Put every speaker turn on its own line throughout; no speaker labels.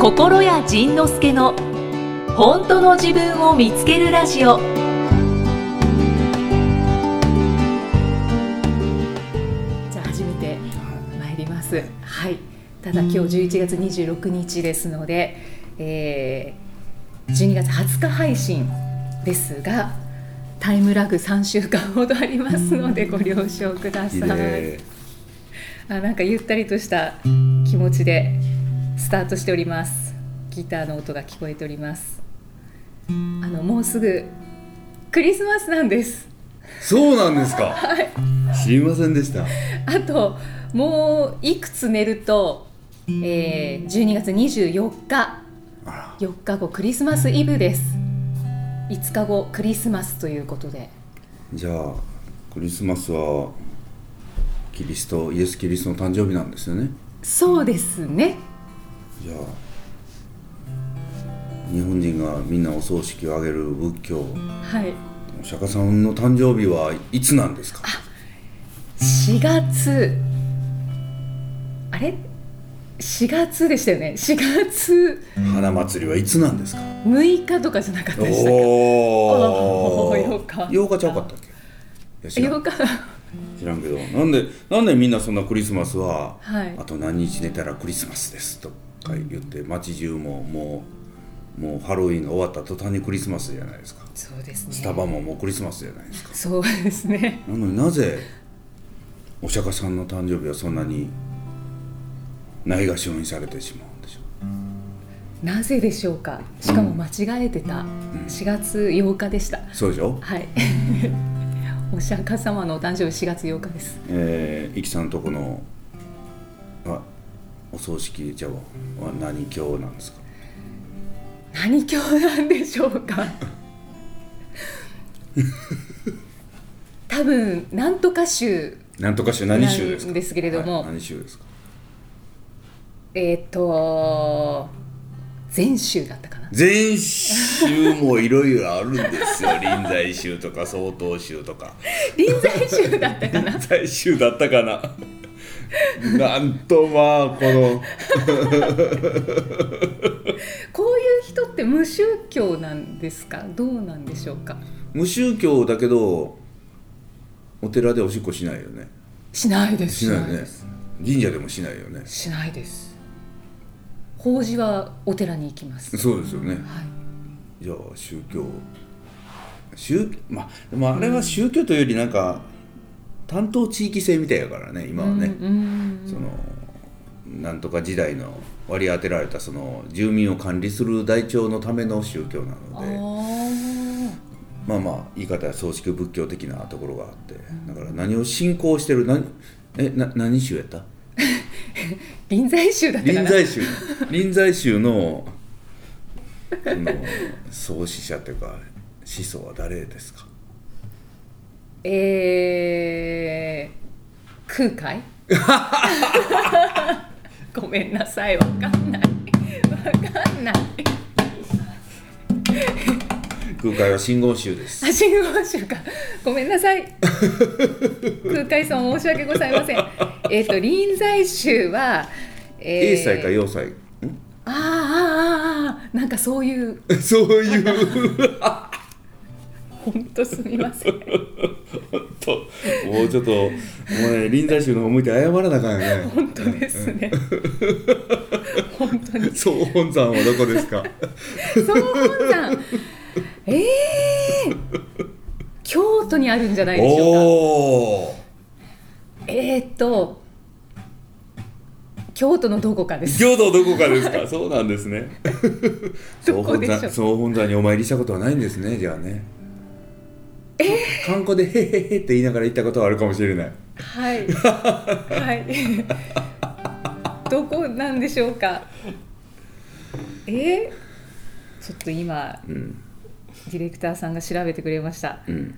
心谷仁之助の本当の自分を見つけるラジオじゃあ始めて参りますはいただ今日11月26日ですので、えー、12月20日配信ですがタイムラグ3週間ほどありますのでご了承くだ
いい
さい
ね
あなんかゆったりとした気持ちでスタートしておりますギターの音が聞こえておりますあのもうすぐクリスマスなんです
そうなんですか、知りませんでした
あともういくつ寝ると、えー、12月24日
あ
4日後クリスマスイブです5日後クリスマスということで
じゃあクリスマスはキリストイエス・キリストの誕生日なんですよね
そうですね
じゃあ日本人がみんなお葬式を挙げる仏教
はい
お釈迦さんの誕生日はいつなんですか
4月あれ4月でしたよね4月
花祭りはいつなんですか
6日とかじゃなかったでしたっけ
お
あ
お
ーよかった
8日ちゃうかったっけいや知らん
8日
知らんけどなんでなんでみんなそんなクリスマスは、
はい
あと何日寝たらクリスマスですとか言って街中ももうもうハロウィーンが終わった途端にクリスマスじゃないですか
そうですね
スタバももうクリスマスじゃないですか
そうですね
なのになぜお釈迦さんの誕生日はそんなにないがしろにされてしまうんでしょ
なぜでしょうかしかも間違えてた4月8日でした
うそうでしょ
はい お釈迦様のお誕生日4月8日です
えー、イキさんとこのあお葬式じゃあは何教なんですか
何教なんでしょう か多分なんとか州
なんとか州何州です
な
か
んですけれども
はい何州ですか
えっ、と全州だったかな
全州もいろいろあるんですよ臨済州とか曹洞宗とか
臨済州だったかな
臨済宗だったかな なんとまあこの
こういう人って無宗教なんですかどうなんでしょうか
無宗教だけどお寺でおしっこしないよね
しないです
しないよね
です
神社でもしないよね
しないです法事はお寺に行きます
そうですよね
はい
じゃあ宗教宗まあでもあれは宗教というよりなんか担当地域性みたいやからね今はね、
うんうん
そのなんとか時代の割り当てられたその住民を管理する台帳のための宗教な
あ
ので
ー
まあまあ言い方は葬式仏教的なところがあってだから何を信仰してる何えな何宗やった
臨済宗だったか
臨
な
済 宗臨済宗のその創始者というか思想は誰ですか
えー、空海 ごめんなさいわかんないわかんない
空海は真言宗です
写真号集かごめんな さい空海さん申し訳ございませんえっ、と臨済宗は、え
A 歳か4歳ん
あーあーあーあーなんかそういう
そういう
本当すみません
ともうちょっともうね臨済宗の方向いて謝らなあかんよね
本当ですね本当に
総本山はどこです か
総本山ええー、京都にあるんじゃないでしょうか
おお
えーっと京都のどこかです。
京都どこかですかそうなんですね
どこでしょう
総本山総本山にお参りしたことはないんですねじゃあね観光で「へへへ」って言いながら行ったことはあるかもしれない
はい。はい。どこなんでしょうか。えーちょっと今、
ん
ディレクターさんが調べてくれました。
うん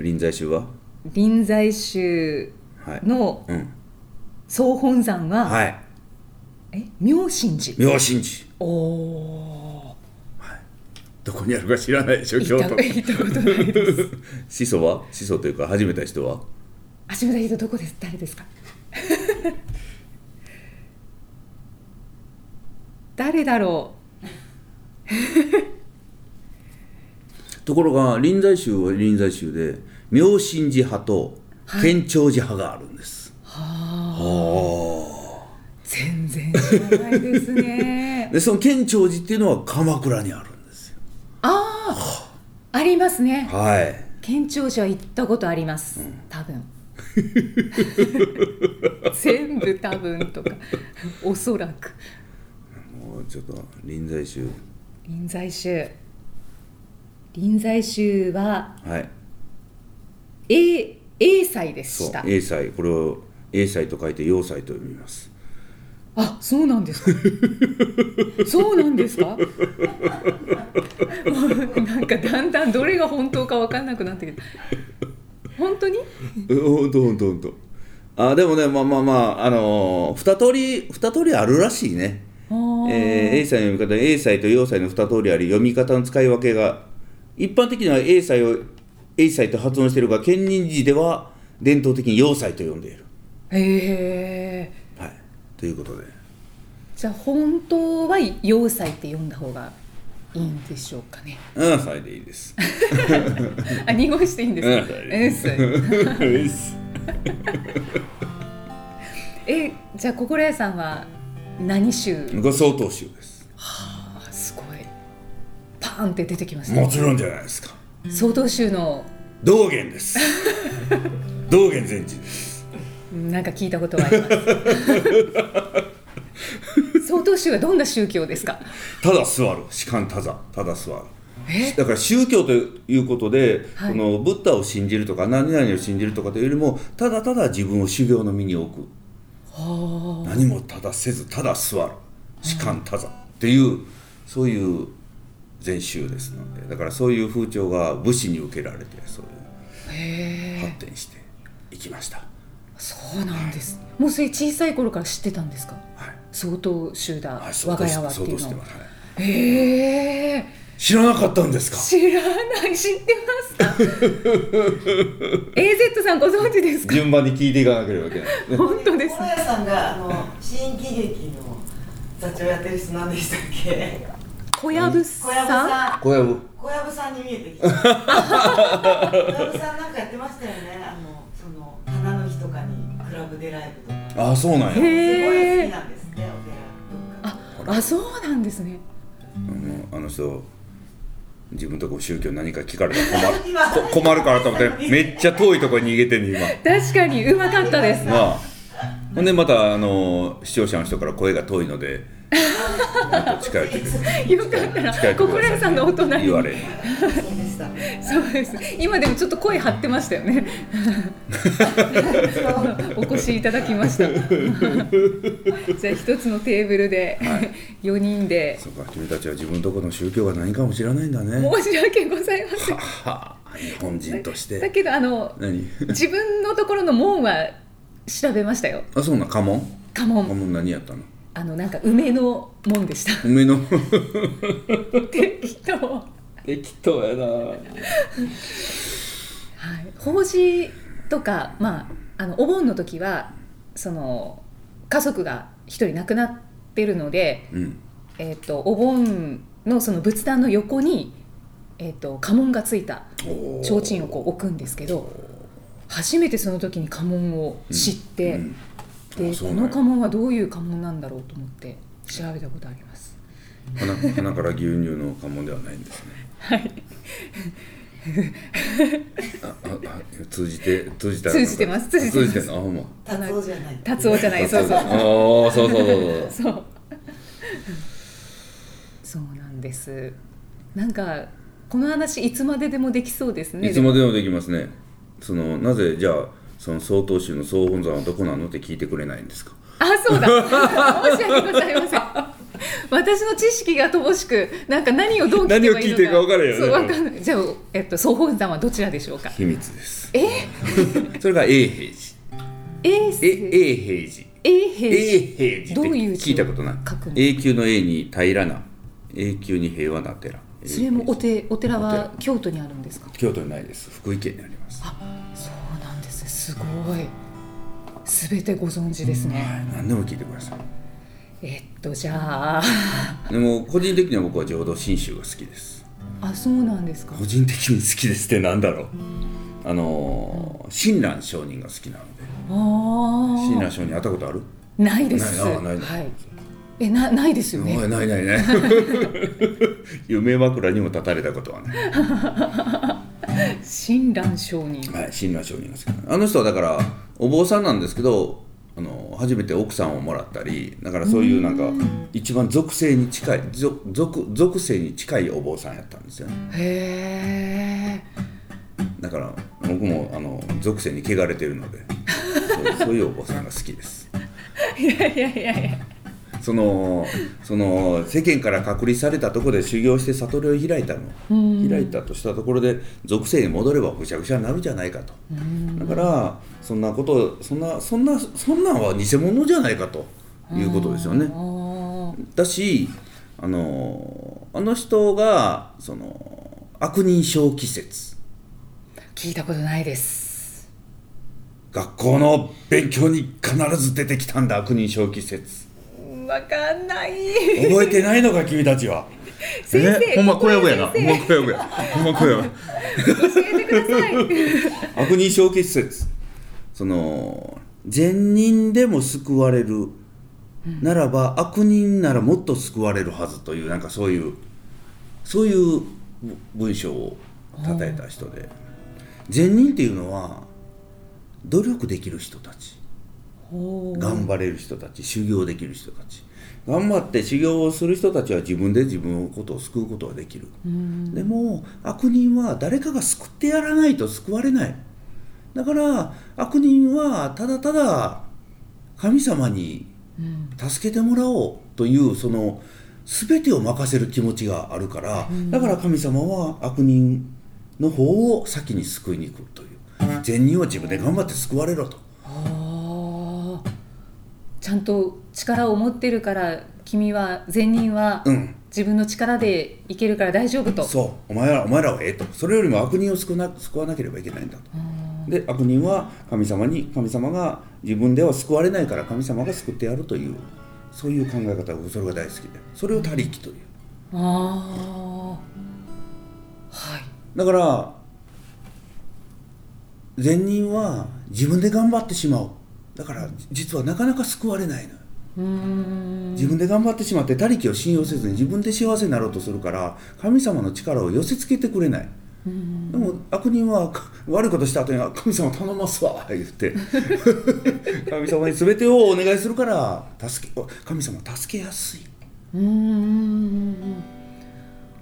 臨済宗は
臨済宗
はい
の
うん
総本山は、
はい
え妙心寺。
妙心寺
おお
どこにあるか知らないでしょ
ー。
京
行っ
都
た行ったことないです。
始祖は始祖というか始めた人は
足村人どこです誰ですか。 誰だろ
ところが臨済宗は臨済宗で明神寺派と建長寺派があるんです、
うはあ
は
全然知らないです
あ
ね
でその建長寺っていうのは鎌倉にあるんですよ
ああありますね
はい
県庁舎行ったことあります、多分 全部多分とかおそらく
もうちょっと臨済宗
臨済宗臨済宗は
はい
A, A 祭で
そう
した
英才これを英才と書いて要塞と読みます
あそうなんですかそうなんですか もうなんかだんだんどれが本当か分かんなくなってきた本当に
えほんとほんとほんとあでもねまあまあまああのー、二通り二通りあるらしいね
あ
え
ー
ー、A 祭の読み方 A 祭と要祭の二通りあり読み方の使い分けが一般的には A 祭を A 祭と発音しているが建仁寺では伝統的に要祭と呼んでいる
へえ
はいということで
じゃあ本当は要塞って読んだ方がいいんでしょうかね。
うん祭でいいです
あ濁していいんですか。
うん
えーそう
うっ す
えじゃあ心屋さんは何州？
ご曹洞宗です
あすごいパーンって出てきました、
もちろんじゃないですか
曹洞宗の
道元です道元禅師です
うんなんか聞いたことはあり ます。曹洞宗はどんな宗教ですか。
ただ座る士官ただただ座る
え
だから宗教ということで、
はい
そのブッダを信じるとか何々を信じるとかというよりもただただ自分を修行の身に置く
は
何もただせずただ座る士官ただっていうそういう禅宗ですのでだからそういう風潮が武士に受けられてそういう
あへえ
発展していきました、
そうなんです。もうそれ小さい頃から知ってたんですか。
はい
曹洞宗だ、
はい
我が家はって
そう
い
と
う
して
の
ま。す、はい
へえ。
知らなかったんですか
知らない知ってますか AZ さんご存知ですか
順番に聞いていかなければい けない
本当です
心屋さんがあの新喜劇の座長やってる人なんでしたっけ
小籔
小籔
さん
さん
小籔
小籔さんに見えてきた小籔さんなんかやってましたよねあのその花の日とかにクラブでライブとか
ああそうなんや、
すごい
へえ
好きなんですねお寺とか
ああそうなんですね
うんあの人自分とこ宗教何か聞かれたら
今
困るこ困るからと思 ってめっちゃ遠いところに逃げてんね今
確かにうまかったです
なあほんでまたあの視聴者の人から声が遠いの でもっと近寄ってくる
よかったら
近寄ってく
心
ださ
屋
い
さんのお隣
言わ
に
れ
そうでした
そうです今でもちょっと声張ってましたよね お越しいただきました じゃあ一つのテーブルで4人で
そうか君たちは自分とこの宗教が何かも知らないんだね
申し訳ございません
はあ日本人とし
だ
て
けどあの
何
自分のところの門は調べましたよ
あそうなん家紋
家
家
紋
紋何やったの
あのなんか梅の門でし た
梅の
適当は
適当やない
法事とかまああのお盆の時はその家族が一人亡くなってるので、
うん
えっとお盆のその仏壇の横に、えっと家紋がついた
おー
提灯をこう置くんですけど初めてその時に家紋を知って、
うんあ
で
そう
こ
なんや
の家紋はどういう家紋なんだろうと思って調べたことあります。
鼻鼻から牛乳の家紋ではないんですね。
はい
あああ通じて通じたら
通じてます通じてます
通じてんのあほんま。
達夫じゃない
達夫じゃないそうそう
おーそうそう そうそ
そうそうなんですなんかこの話いつまででもできそうです
う。
ね
いつまででもできますね。そのなぜじゃあその曹洞宗の総本山はどこなのって聞いてくれないんですか。
あそうだ申し訳ございません私の知識が乏しくなんか何をどう聞けばいいのか
何を聞いていいか分からんよね
そう分かんないじゃあ、えっと、総本山はどちらでしょうか
秘密です。
え
それが永平
え
寺。え
え
永平寺。
え平
永
時
平寺
ど
っ
う
て
いう字
聞いたことない
を書くの。
永久の永に平らな永久に平和な寺。
それもお
永平寺
てお寺は京都にあるんですか
京都にないです。福井県にあります。
そうなんですねすごいすべてご存知ですね、
はい何でも聞いてください。
えっとじゃあ
でも個人的には僕は浄土真宗が好きです
あそうなんですか
個人的に好きですってなんだろうあのー親鸞上人が好きなので
あ
親
あ
鸞上人会ったことある
ないです
ないなないな
はいえなないですよね
おいないないない夢枕にも立たれたことはね、
親鸞上人
はい、親鸞上人が好きなのあの人はだからお坊さんなんですけどあの初めて奥さんをもらったりだからそういうなんか一番俗性に近い俗俗俗性に近いお坊さんやったんですよね
へえ
だから僕もあの属性に汚れてるのでそうそういうお坊さんが好きです
いやいやいやいや
そのその世間から隔離されたところで修行して悟りを開いた
うん
の開いたとしたところで属性に戻ればぐちゃぐちゃになるじゃないかと
うん
だからそんなことそんなそんなそんなんは偽物じゃないかと いうことですよね
あー
だしあのあの人がその悪人小季節
聞いたことないです
学校の勉強に必ず出てきたんだ悪人小季節
うんわかんない
覚えてないのか君たちは
先生
えほんま小籔やな
小
ほん
籔先
ま小籔やほんま小籔や
生教えてくださ い
悪人小季節その善人でも救われるならば、悪人ならもっと救われるはずというなんかそういうそういうぶ文章を叩いた人で善人っていうのは努力できる人たち
ほう
頑張れる人たち修行できる人たち頑張って修行をする人たちは自分で自分のことを救うことができる、
うん
でも悪人は誰かが救ってやらないと救われないだから悪人はただただ神様に
うん
助けてもらおうというその全てを任せる気持ちがあるから、だから神様は悪人の方を先に救いに行くという善人は自分で頑張って救われろと。
あーちゃんと力を持ってるから君は善人は
うん
自分の力でいけるから大丈夫と、
そうお前らお前らはええとそれよりも悪人を救な救わなければいけないんだとで悪人は神様に神様が自分では救われないから神様が救ってやるというそういう考え方がそれが大好きでそれを「他力」という
ああはい
だから善人は自分で頑張ってしまうだから実はなかなか救われないのよ
うーん
自分で頑張ってしまって他力を信用せずに自分で幸せになろうとするから神様の力を寄せつけてくれない
うん
でも悪人はか悪いことした後にあ「神様頼ますわ」言って 神様に全てをお願いするから助け神様助けやすいう
ーん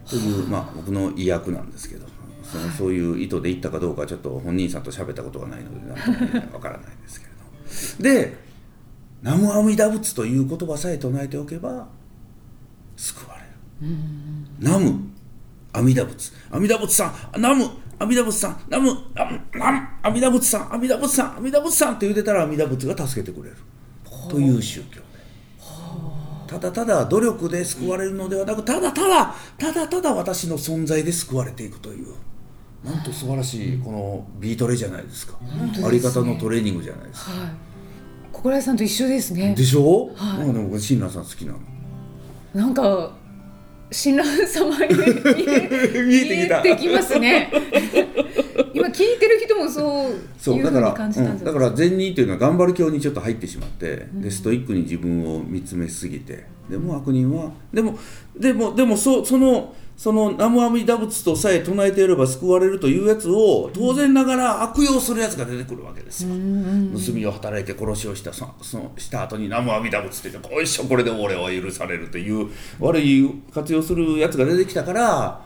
という、まあ、僕の意訳なんですけどそのそういう意図で言ったかどうかはちょっと本人さんと喋ったことがないのでなんとも言えないわからないですけれどで「南無阿弥陀仏」という言葉さえ唱えておけば救われる「南無阿弥陀仏」「阿弥陀仏さん南無阿弥陀仏さん南無南無南無阿弥陀仏さん阿弥陀仏さん阿弥陀仏さん」って言ってたら阿弥陀仏が助けてくれるという宗教で。ただただ努力で救われるのではなくただただただただ私の存在で救われていくというなんと素晴らしいこのビートレじゃないですか
当ですね
あり方のトレーニングじゃないですか
はい小倉さんと一緒ですね
でしょ、
はい
なんかでも僕親鸞さん好きなの
なんか親鸞 様に 見え
見えてきた
見えてきます ね今聞いてる人もそう
そう
いう
だ
ふう
か
に
ら、
感じた
うんん
です
だから善人というのは頑張る教にちょっと入ってしまって、でストイックに自分を見つめすぎてでも悪人はでもでもでもそそのその南無阿弥陀仏とさえ唱えていれば救われるというやつを当然ながら悪用するやつが出てくるわけですよ、盗みを働いて殺しをしたそそのした後に南無阿弥陀仏って言ってよいしょこれで俺は許されるという悪い活用するやつが出てきたから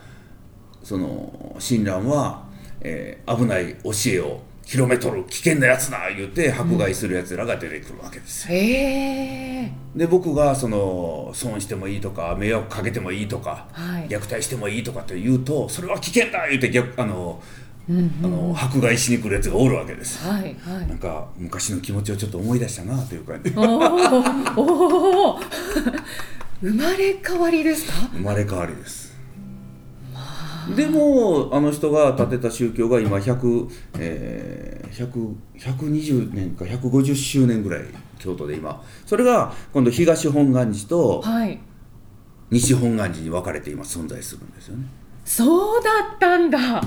その親鸞は、えー危ない教えを広めとる危険なやつだ言って迫害するやつらが出てくるわけですよ、
ええ
で僕がその損してもいいとか迷惑かけてもいいとか、
はい
虐待してもいいとかと言うとそれは危険だ言って逆あの、あの迫害しに来るやつがおるわけです
はいはい
なんか昔の気持ちをちょっと思い出したなという感じ
おーおー 生まれ変わりですか
生まれ変わりですでもあの人が建てた宗教が今100、えー100 120年か150周年ぐらい京都で今それが今度東本願寺と
はい
西本願寺に分かれて今存在するんですよね
そうだったんだ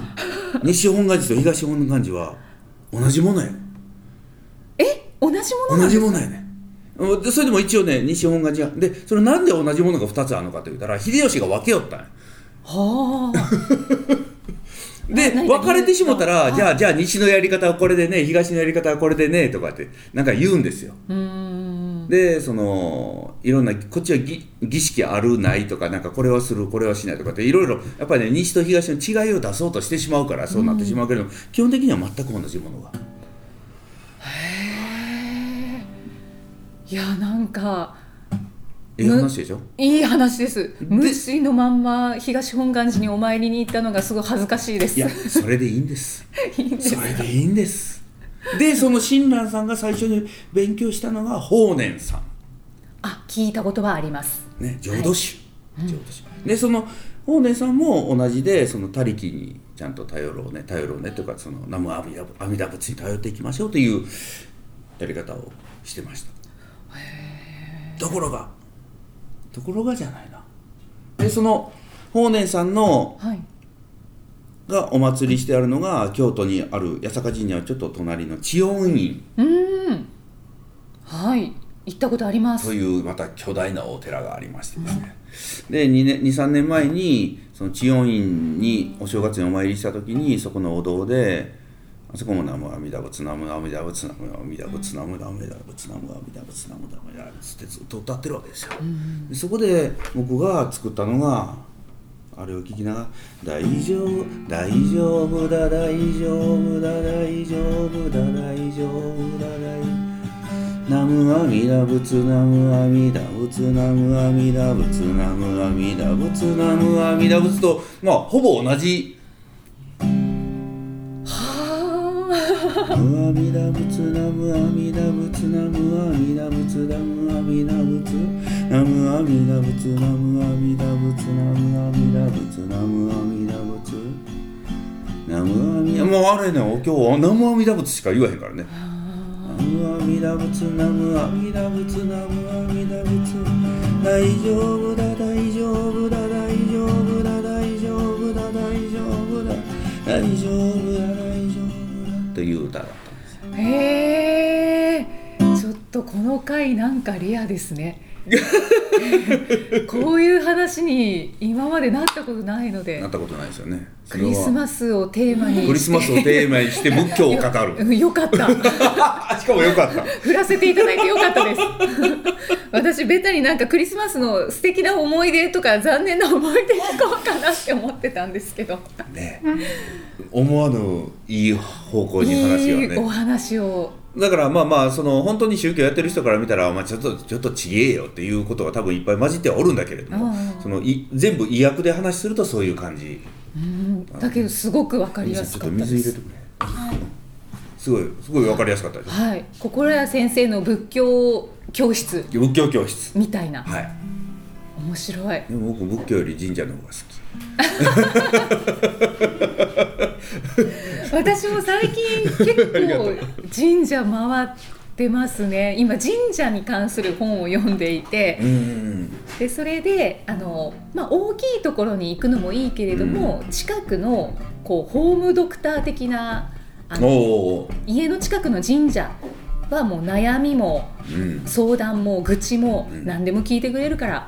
西本願寺と東本願寺は同じものや
え同じものな
同
んで
じ
す
ものやねうんでそれでも一応ね西本願寺がでそれなんで同じものが2つあるのかというたら秀吉が分けよったんや
はあ
で
な何か
別れてしもた
は
ら
い
じゃあじゃあ西のやり方はこれでね東のやり方はこれでねとかってなんか言うんですよ
うーん
でそのいろんなこっちは儀儀式あるないとかなんかこれはするこれはしないとかっていろいろやっぱりね西と東の違いを出そうとしてしまうからそうなってしまうけれども、基本的には全く同じものが
へえいやなんか
ええ
む
話でしょ
いい話です無視のまんま東本願寺にお参りに行ったのがすごい恥ずかしいです
いやそれでいいんです
いいんです
それでいいんですでその親鸞さんが最初に勉強したのが法然さん
あ聞いたことはあります
ね、浄土宗、浄土宗でその法然さんも同じでその他力にちゃんと頼ろうね頼ろうねというかその南無阿弥陀阿弥陀仏に頼っていきましょうというやり方をしてましたところがところがじゃないなでその法然さんの
はい
がお祭りしてあるのが京都にある八坂神社のちょっと隣の千音院
うーんはい行ったことあります
というまた巨大なお寺がありましてですね、で2年23年前にその千音院にお正月にお参りした時にそこのお堂であそこも南無阿弥陀仏南無阿弥陀仏南無阿弥陀仏南無阿弥陀仏南無阿弥陀仏南無阿弥陀仏ってずっと歌ってるわけですよ、でそこで僕が作ったのがあれを聞きながら「大丈夫大丈夫だ大丈夫だ大丈夫だ大丈夫だ大丈夫」南無阿弥陀仏南無阿弥陀仏南無阿弥陀仏南無阿弥陀仏南無阿弥陀仏とまあほぼ同じ
は
南無阿弥陀仏南無阿弥陀仏南無阿弥陀仏南無阿弥陀仏南無阿弥陀仏南無阿弥陀仏南無阿弥陀仏南無阿弥陀仏南無阿弥もうあれね今日は南無阿弥陀仏しか言わへんからね南無阿弥陀仏南無阿弥陀仏南無阿弥陀仏大丈夫だ大丈夫だ大丈夫だ大丈夫だ大丈夫だ大丈夫だ大丈夫だという歌だったん
あ
です
へえちょっとこの回なんかレアですね こういう話に今までなったことないので
なったことないですよね
クリスマスをテーマに
クリスマスをテーマにして仏教を語 る
うんよかった
しかもよかった
振らせていただいてよかったです 私ベタになんかクリスマスの素敵な思い出とか残念な思い出に行こうかなって思ってたんですけど
ね思わぬいい方向に話が
い
ね
いお話を
だからまあまあその本当に宗教やってる人から見たら、まあ、ちょっとちょっとちげえよっていうことが多分いっぱい混じってはおるんだけれども、
うん
そのい全部意訳で話するとそういう感じ
うんだけどすごくわかりやす
ちょっ
か
と
った
水
で
入れ
す
てくれすごいすごい分かりやすかったです、
はい心谷先生の仏教教室
仏教教室
みたいな、
はい
面白い
でも僕仏教より神社の方が好き
私も最近結構神社回ってますね今神社に関する本を読んでいて、
うん
でそれであの、まあ、大きいところに行くのもいいけれども、近くのこうホームドクター的なあの
おお
家の近くの神社はもう悩みも
うん
相談も愚痴も
うん
何でも聞いてくれるから、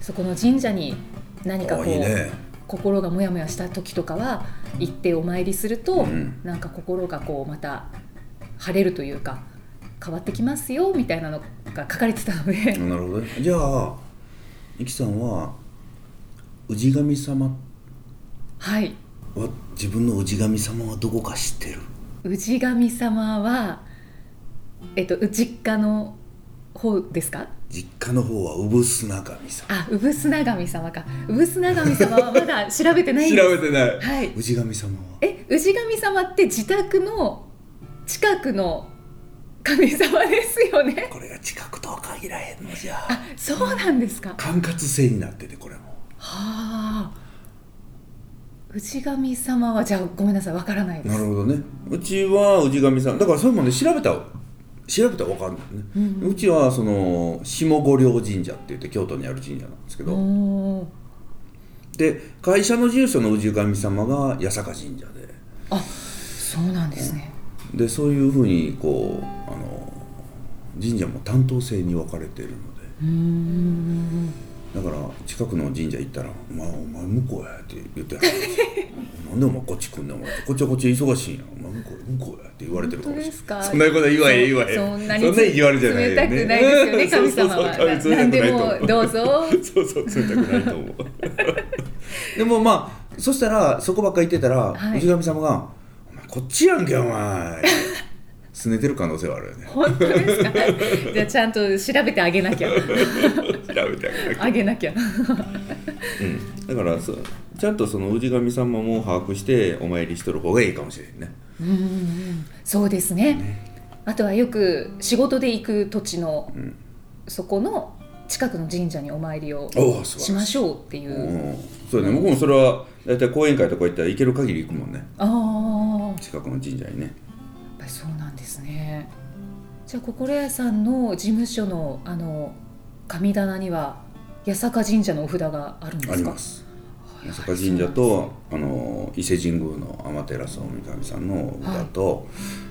そこの神社に何かこ
あ
う
いいね
心がモヤモヤした時とかは行ってお参りすると、
ん
なんか心がこうまた晴れるというか変わってきますよみたいなのが書かれてたので。
なるほどねじゃあいきさんは氏神様
はい
は自分の氏神様はどこか知ってる
氏神様は、えっと、実家の方ですか
実家の方は産砂神様
あ産砂神様か産砂神様はまだ調べてないんです
調べてない
はい
氏神様は
え氏神様って自宅の近くの神様ですよね
これが近くとは限らへんのじゃ
あそうなんですかは
管轄制になっててこれも
あ氏神様はじゃあごめんなさいわからないで
な
す
るほどねうちは氏神様だからそういうもんね調べた調べたら分かるんだよね、
う
うんちはその下五稜神社って言って京都にある神社なんですけど、
おー
で会社の住所の氏神様が八坂神社で
あそうなんですね
でそういうふうにこうあの神社も担当制に分かれてるので
うーん
だから近くの神社行ったら「まあ、お前向こうや」って言ってはるんですよ なんでお前こっち来んねんお前こっちはこっちで忙しいんやんお前向こう向こうやって言われてるかもしれな
本当
い
ですか
そんなこと言わへん言わへん
そんなに
そんなに言われてない
冷たくないですよね神様は
そうそうそう
何で もどうぞ
そうそう冷たくないと思う でもまあそしたらそこばっかり言ってたら
はい
氏神様が「お前こっちやんけお前」拗ねてる可能性はあるよね
本当ですかじゃあちゃんと調べてあげなき ゃ
調べてあげなきゃ
あげなきゃ
うん、だからそうちゃんとその氏神様も把握してお参りしとる方がいいかもしれんね
うんうんうんそうですねあとはよく仕事で行く土地の、
ん
そこの近くの神社にお参りを
おお素
し
晴
ま
らしい
しょうっていう、
うんそうだね僕もそれは大体講演会とか行ったら行ける限り行くもんね
ああ
近くの神社にね
やっぱりそうなんですねじゃあ心屋さんの事務所のあの神棚には八坂神社のお札があるんですか
あります
はい
八
はい
坂神社とあの伊勢神宮の天照大神さんの歌と、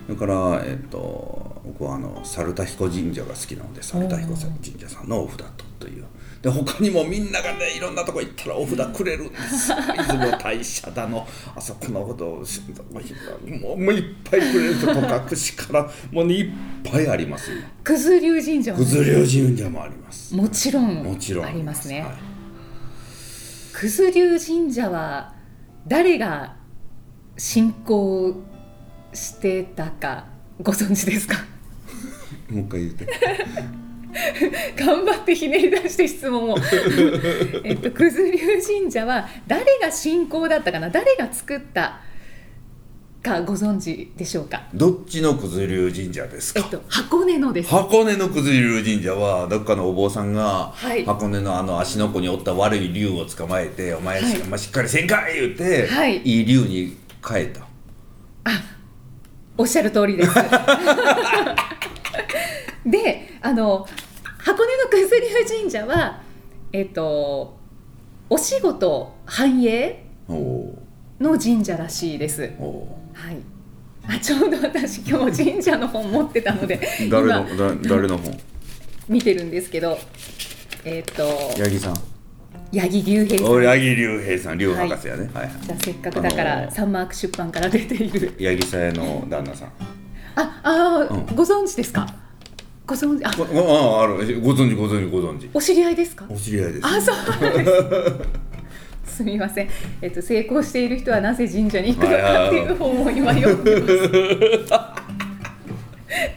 それから、えっと僕はあの猿田彦神社が好きなので猿田彦神社さんのお札とというで他にもみんながねいろんなとこ行ったらお札くれるんで すよ出雲大社だのあそこのことをしもうもういっぱいくれると戸隠からもうねいっぱいあります今
九頭龍神社も
九頭龍神社もあります
もちろん
もちろん
ありますね、
はい
九頭龍神社は誰が信仰してたかご存知ですか
もう一回言って
頑張ってひねり出して質問を えっと九頭龍神社は誰が信仰だったかな誰が作ったかご存知でしょうか
どっちの九頭龍神社です
え
か
っと箱根のです
箱根の九頭龍神社はどっかのお坊さんが
はい
箱根のあの足の子におった悪い竜を捕まえて「お前
はい
し,、まあ、しっかりせんかい!」言って、
はい
い竜に変えた
おっしゃる通り です。で、あの箱根の九頭龍神社は、えっと、お仕事繁栄
おお
の神社らしいです。
ーお
はい。あ、ちょうど私今日神社の本持ってたので、
ー 誰
今
のだ誰の本
見てるんですけど、えっと
八木さん
八木龍平さん。
お八木龍平さん龍博士やね、はいはい
じゃあせっかくだか
あの
ら
ー
サンマーク出版から出ている。
八木さやの旦那さん
あ、あー、
うん
ご存知ですか。ご存知、あ、
ごあああるご存知ご存知ご存知
お知り合いですか。
お知り合いです
あ、そうなんです。すみません。えっと成功している人はなぜ神社に行くのかっていう本を今読んでます。っ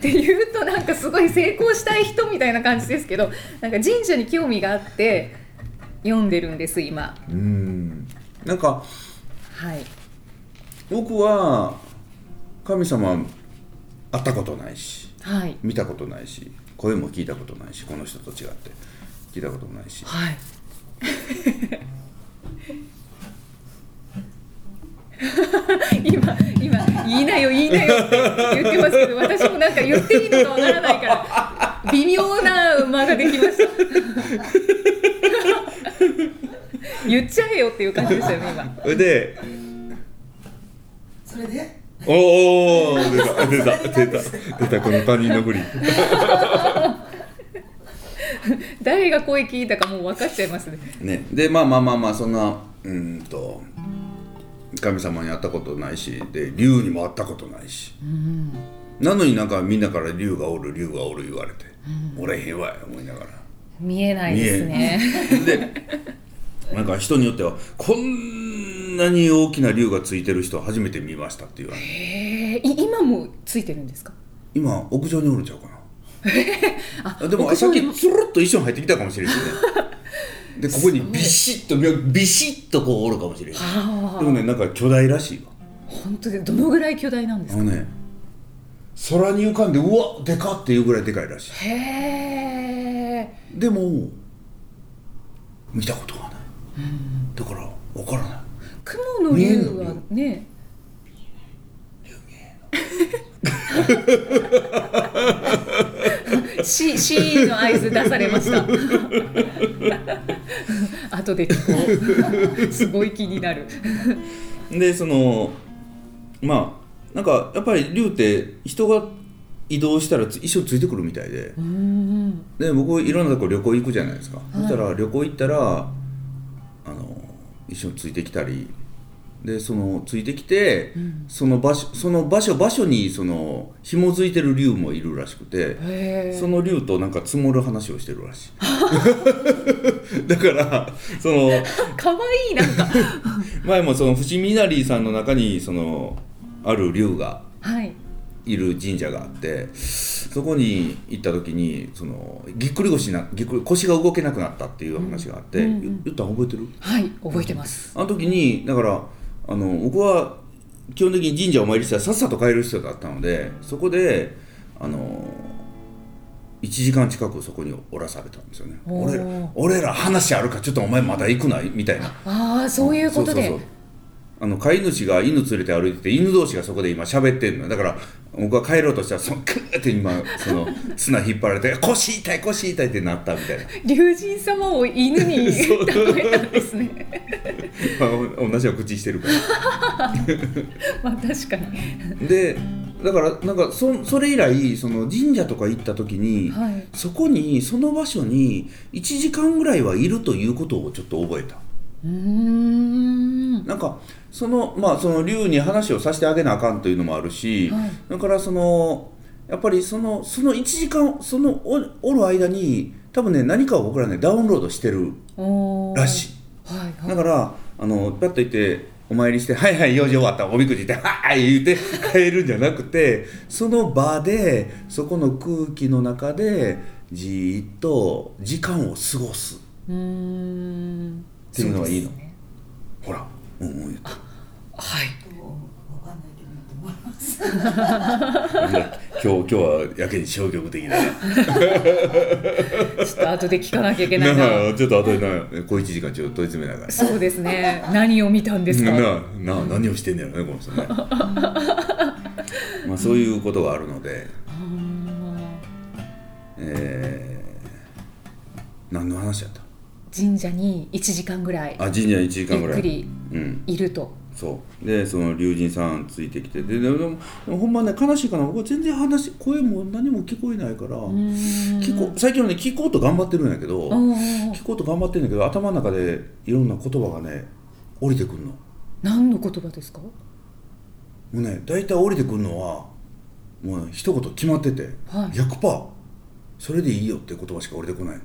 ていうとなんかすごい成功したい人みたいな感じですけど、なんか神社に興味があって読んでるんです今。
うーんなんか
はい。
僕は神様会ったことないし
はい。
見たことないし声も聞いたことないしこの人と違って聞いたこともないし
はい。 今今言いなよ言いなよって言ってますけど私もなんか言っていいのかわからないから微妙な間ができました 言っちゃえよっていう感じでしたよね今
それで
それで
おお出た 出た出た出たこの他人の振り
誰が声聞いたかもう分かっちゃいますね
ねでまあまあまあまあそんなうーんと神様に会ったことないしで竜にも会ったことないしなのになんかみんなから竜がおる竜がおる言われておれへんわい思いながら。
見えないですね
でなんか人によってはこんなに大きな竜がついてる人初めて見ましたっていう
へえい今もついてるんですか
今屋上におるんちゃうか
あ
なでも
屋
さっ
上に
きつるっと一緒に入ってきたかもし れないねでここにビシッとびビシッとこうおるかもしれない
あ
でもねなんか巨大らしいわ
本当でどのぐらい巨大なんです
あ
か
のね空に浮かんでうわでかっていうぐらいでかいらしい
へえ
でも見たことがない、だから分からない
雲の竜はね C C の合図出されました。 後で聞こう。す ごい気になる。
でそのまあなんかやっぱり竜って人が移動したらつ一生ついてくるみたいで
うん
で僕いろんなとこ旅行行くじゃないですか、
い
そしたら旅行行ったらあの一緒についてきたりでそのついてきて、その場所その場所場所にその紐づいてる竜もいるらしくて、
うん。へえ
そ。の竜となんか積もる話をしてるらしい だからその
可愛いなんか。
前もその伏見稲荷さんの中にそのある竜が
はい。
いる神社があってそこに行った時にそのぎっくり腰なぎっくり腰が動けなくなったっていう話があって、
うんうんうん
ゆゆったん覚えてる
はい。覚えてます。
あの時にだからあの僕は基本的に神社お参りしたらさっさと帰る人だったのでそこであの1時間近くそこにおらされたんですよね
お
俺
ー
ら俺ら話あるからちょっとお前まだ行くないみたいな
ああそういうことで
そうそうそうあの飼い主が犬連れて歩いてて犬同士がそこで今喋ってんのよだから僕が帰ろうとしたらそのクーって今そ の綱引っ張られて腰痛い腰痛いってなったみたいな
龍神様を犬に 例えたんですね。
ま あ同じお口してるから
まあ確かに。
でだからなんかそそれ以来その神社とか行った時に、
はい。
そこにその場所に1時間ぐらいはいるということをちょっと覚えた
うーん。
なんかそのまあその竜に話をさせてあげなあかんというのもあるし、
はい
だからそのやっぱりそのその1時間そのおおる間に多分ね何かを僕らねダウンロードしてる
おー
らしい。
はいはい。
だからあのパッと行ってお参りして「はいはい用事終わったおみくじ」って「はい」言うて帰るんじゃなくてその場でそこの空気の中でじーっと時間を過ごす
うーん。って
いうのはいいの
ね、
ほらうんう ん言った
はい。
わかんないけど思います
今日今日はやけに消極的だ
ちょっと後で聞かなきゃいけな
ない
な。
あちょっと後でな小一時間ちょっと問い詰めながら
そうですね。何を見たんですか。
ななな何をしてんだよねこの人 ねまあそういうことがあるので
あー
えー、何の話やった
神社に1時間ぐらい
あ神社1時間ぐら
ゆっ
い
くり
うん
いると。
そうでその龍神さんついてきてででもでもでもほんまね悲しいかな僕全然話声も何も聞こえないから、
聞
聞こ最近はね聞こうと頑張ってるんやけど、聞
う。
こうと頑張ってるんだけど頭の中でいろんな言葉がね降りてくるのも
何の言葉ですか。
うね大体降りてくるのはもう、ね、一言決まってて、
はい
100%それでいいよって言葉しか降りてこない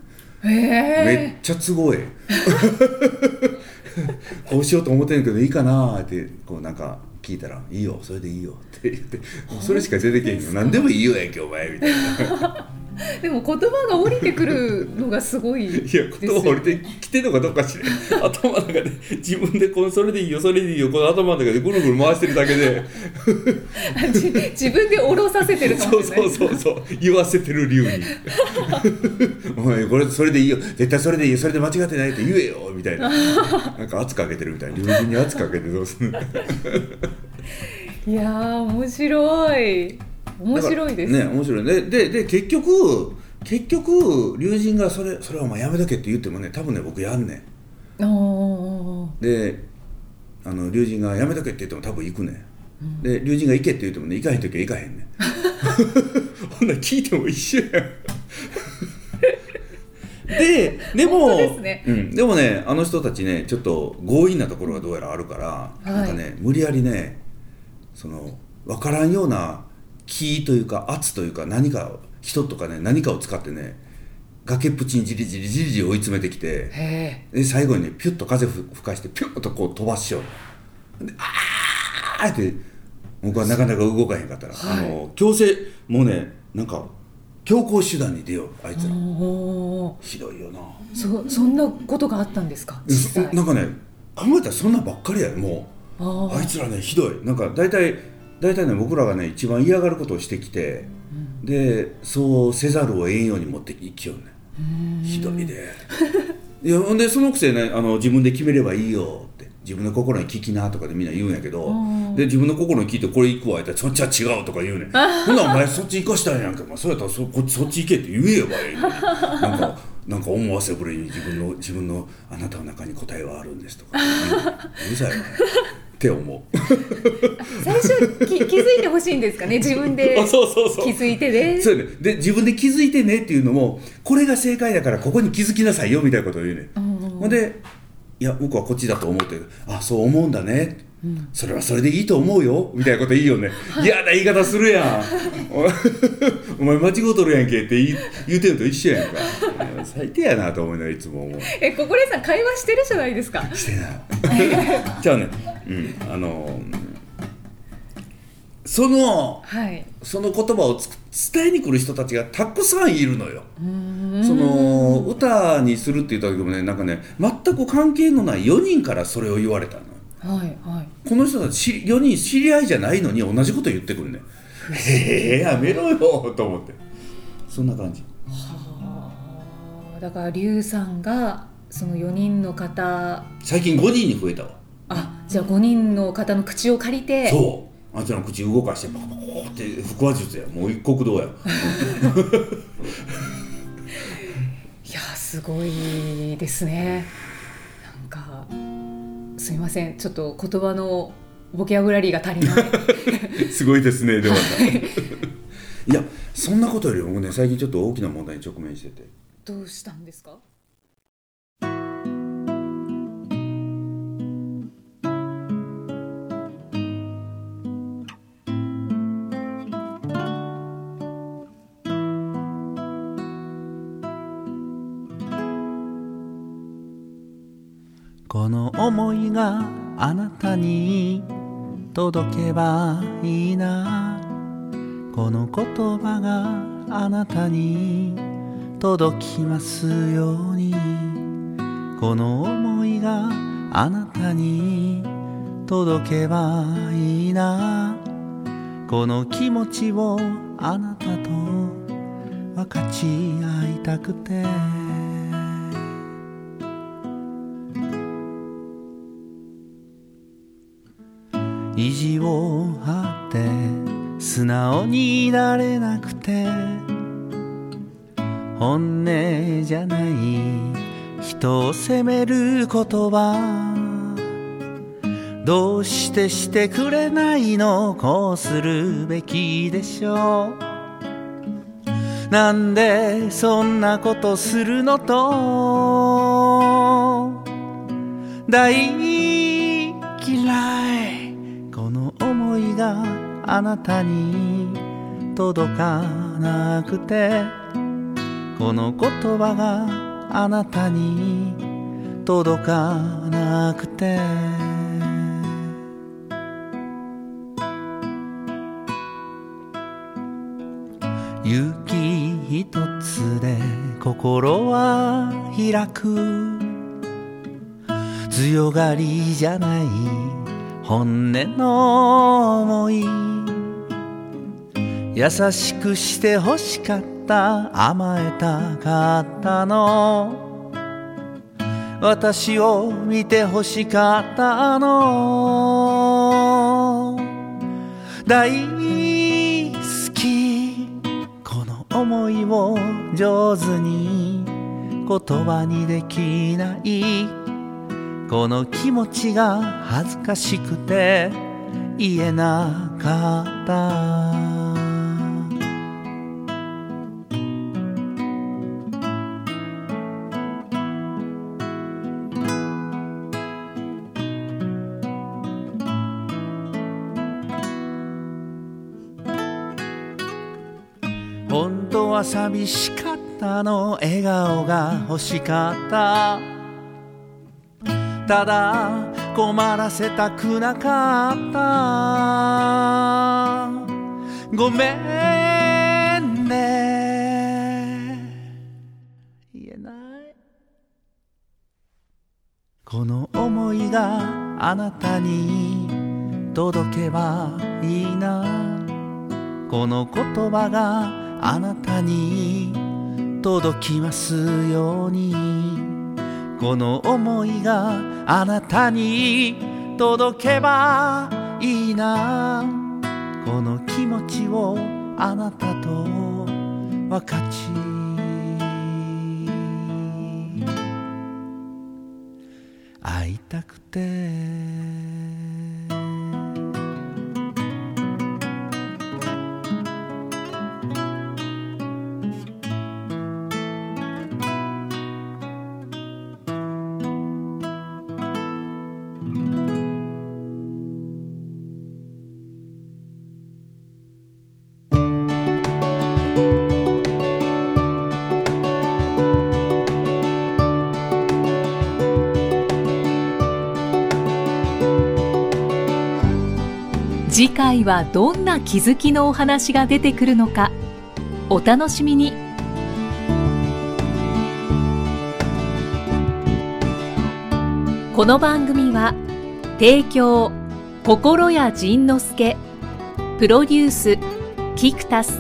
え
めっ
え
ちゃ 都合ええこうしようと思ってんけどいいかなーってこうなんか聞いたら「いいよそれでいいよ」って言ってもうそれしか出てけへんの何でもいいよやんけお前みたいない
でも言葉が降りてくるのがすごいです よ
や
ね。
言葉降りてきてんのかどうかしらん頭の中で自分でこうそれでいいよそれでいいよこの頭の中でぐるぐる回してるだけで
じ自分で降ろさせてるか
そ
も
う
しれな
そ。
いう
そうそう言わせてる竜に 「お前これそれでいいよ絶対それでいいよそれで間違ってない」って言えよみた いななんか圧かけてるみたいな竜神に圧かけてどうすんの
いやー面白い。面白いです。
だからね面白いねでで結局結局龍神がそれそれはお前やめとけって言ってもね多分ね僕やんね
あー
んであの龍神がやめとけって言っても多分行くねんで龍神が行けって言ってもね行かへん時は行かへん ねんほんなら聞いても一緒やん ででも
本当ですね
うん、でもねあの人たちねちょっと強引なところがどうやらあるから、
い
なんかね無理やりねその分からんような気というか圧というか何か人とかね何かを使ってね崖っぷちにじりじりじりじり追い詰めてきて
へ
で最後にねピュッと風ふ吹かしてピュッとこう飛ばしようであーって僕はなかなか動かへんかったら、
はい
あの強制もうねなんか強行手段に出ようあい
え。
つら
おー
ひどいよな。
そそんなことがあったんですか
そ
実際
なんかね考えたらそんなんばっかりやねも
あ
う
ー
あいつらねひどいなんか大体大体ね僕らがね一番嫌がることをしてきて、でそうせざるを得んように持っていきようねひどいでいやほんでそのくせねあの自分で決めればいいよって自分の心に聞きなとかでみんな言うんやけど
うん
で自分の心に聞いてこれ行くわ言ったらそっちは違うとか言 うねんほなお前そっち行かしたいやんけ、まあ、そうやったらそこっちそっち行けって言えばいいのになんかなんか思わせぶりに自分の自分のあなたの中に答えはあるんですとか言うねんうるさいわねって思う
最初き 気づいてほしいんですかね自分で
あそうそうそう
気づいてね
そうやねで自分で気づいてねっていうのもこれが正解だからここに気づきなさいよみたいなことを言うねんほんで「いや僕はこっちだと思う」って「あそう思うんだね」それはそれでいいと思うよ」みたいなこといいよね嫌な言い方する やん「お前間違うとるやんけ」って言い言うてると一緒やんか最低やなと思いながらいつも思う
え心得さん会話してるじゃないですか
して ないじゃあねうんあのうんその
はい
その言葉をつく伝えに来る人たちがたくさんいるのよ。その歌にするって言った時もねなんかね全く関係のない4人からそれを言われたの。
はいはい
この人たち4人知り合いじゃないのに同じこと言ってくるね。へえやめろよと思ってそんな感じ。
あーだから龍さんがその4人の方
最近5人に増えたわ。
あじゃあ5人の方の口を借りて
そうあいつらの口動かしてパコパコパコって腹話術やもう一国道や。
い やすごいですねなんかすみませんちょっと言葉のボキャブラリーが足りない
すごいですねでも。いやそんなことより僕ね最近ちょっと大きな問題に直面してて。
どうしたんですか
この思いがあなたに届けばいいなこの言葉があなたに届きますようにこの思いがあなたに届けばいいなこの気持ちをあなたと分かち合いたくて意地を張って素直になれなくて本音じゃない人を責める言葉どうしてしてくれないのこうするべきでしょうなんでそんなことするのと大嫌いこの思いがあなたに届かなくてこの言葉があなたに届かなくて雪一つで心は開く強がりじゃない本音の思い優しくして欲しかった甘えたかったの私を見て欲しかったの大好きこの思いを上手に言葉にできないこの気持ちが恥ずかしくて言えなかった本当は寂しかったの笑顔が欲しかったただ困らせたくなかったごめんね言えないこの思いがあなたに届けばいいなこの言葉があなたに届きますようにこの思いがあなたに届けばいいなこの気持ちをあなたと分かち会いたくて
次回はどんな気づきのお話が出てくるのかお楽しみにこの番組は提供心谷仁之助プロデュースキクタス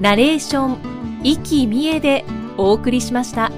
ナレーション生きみえでお送りしました。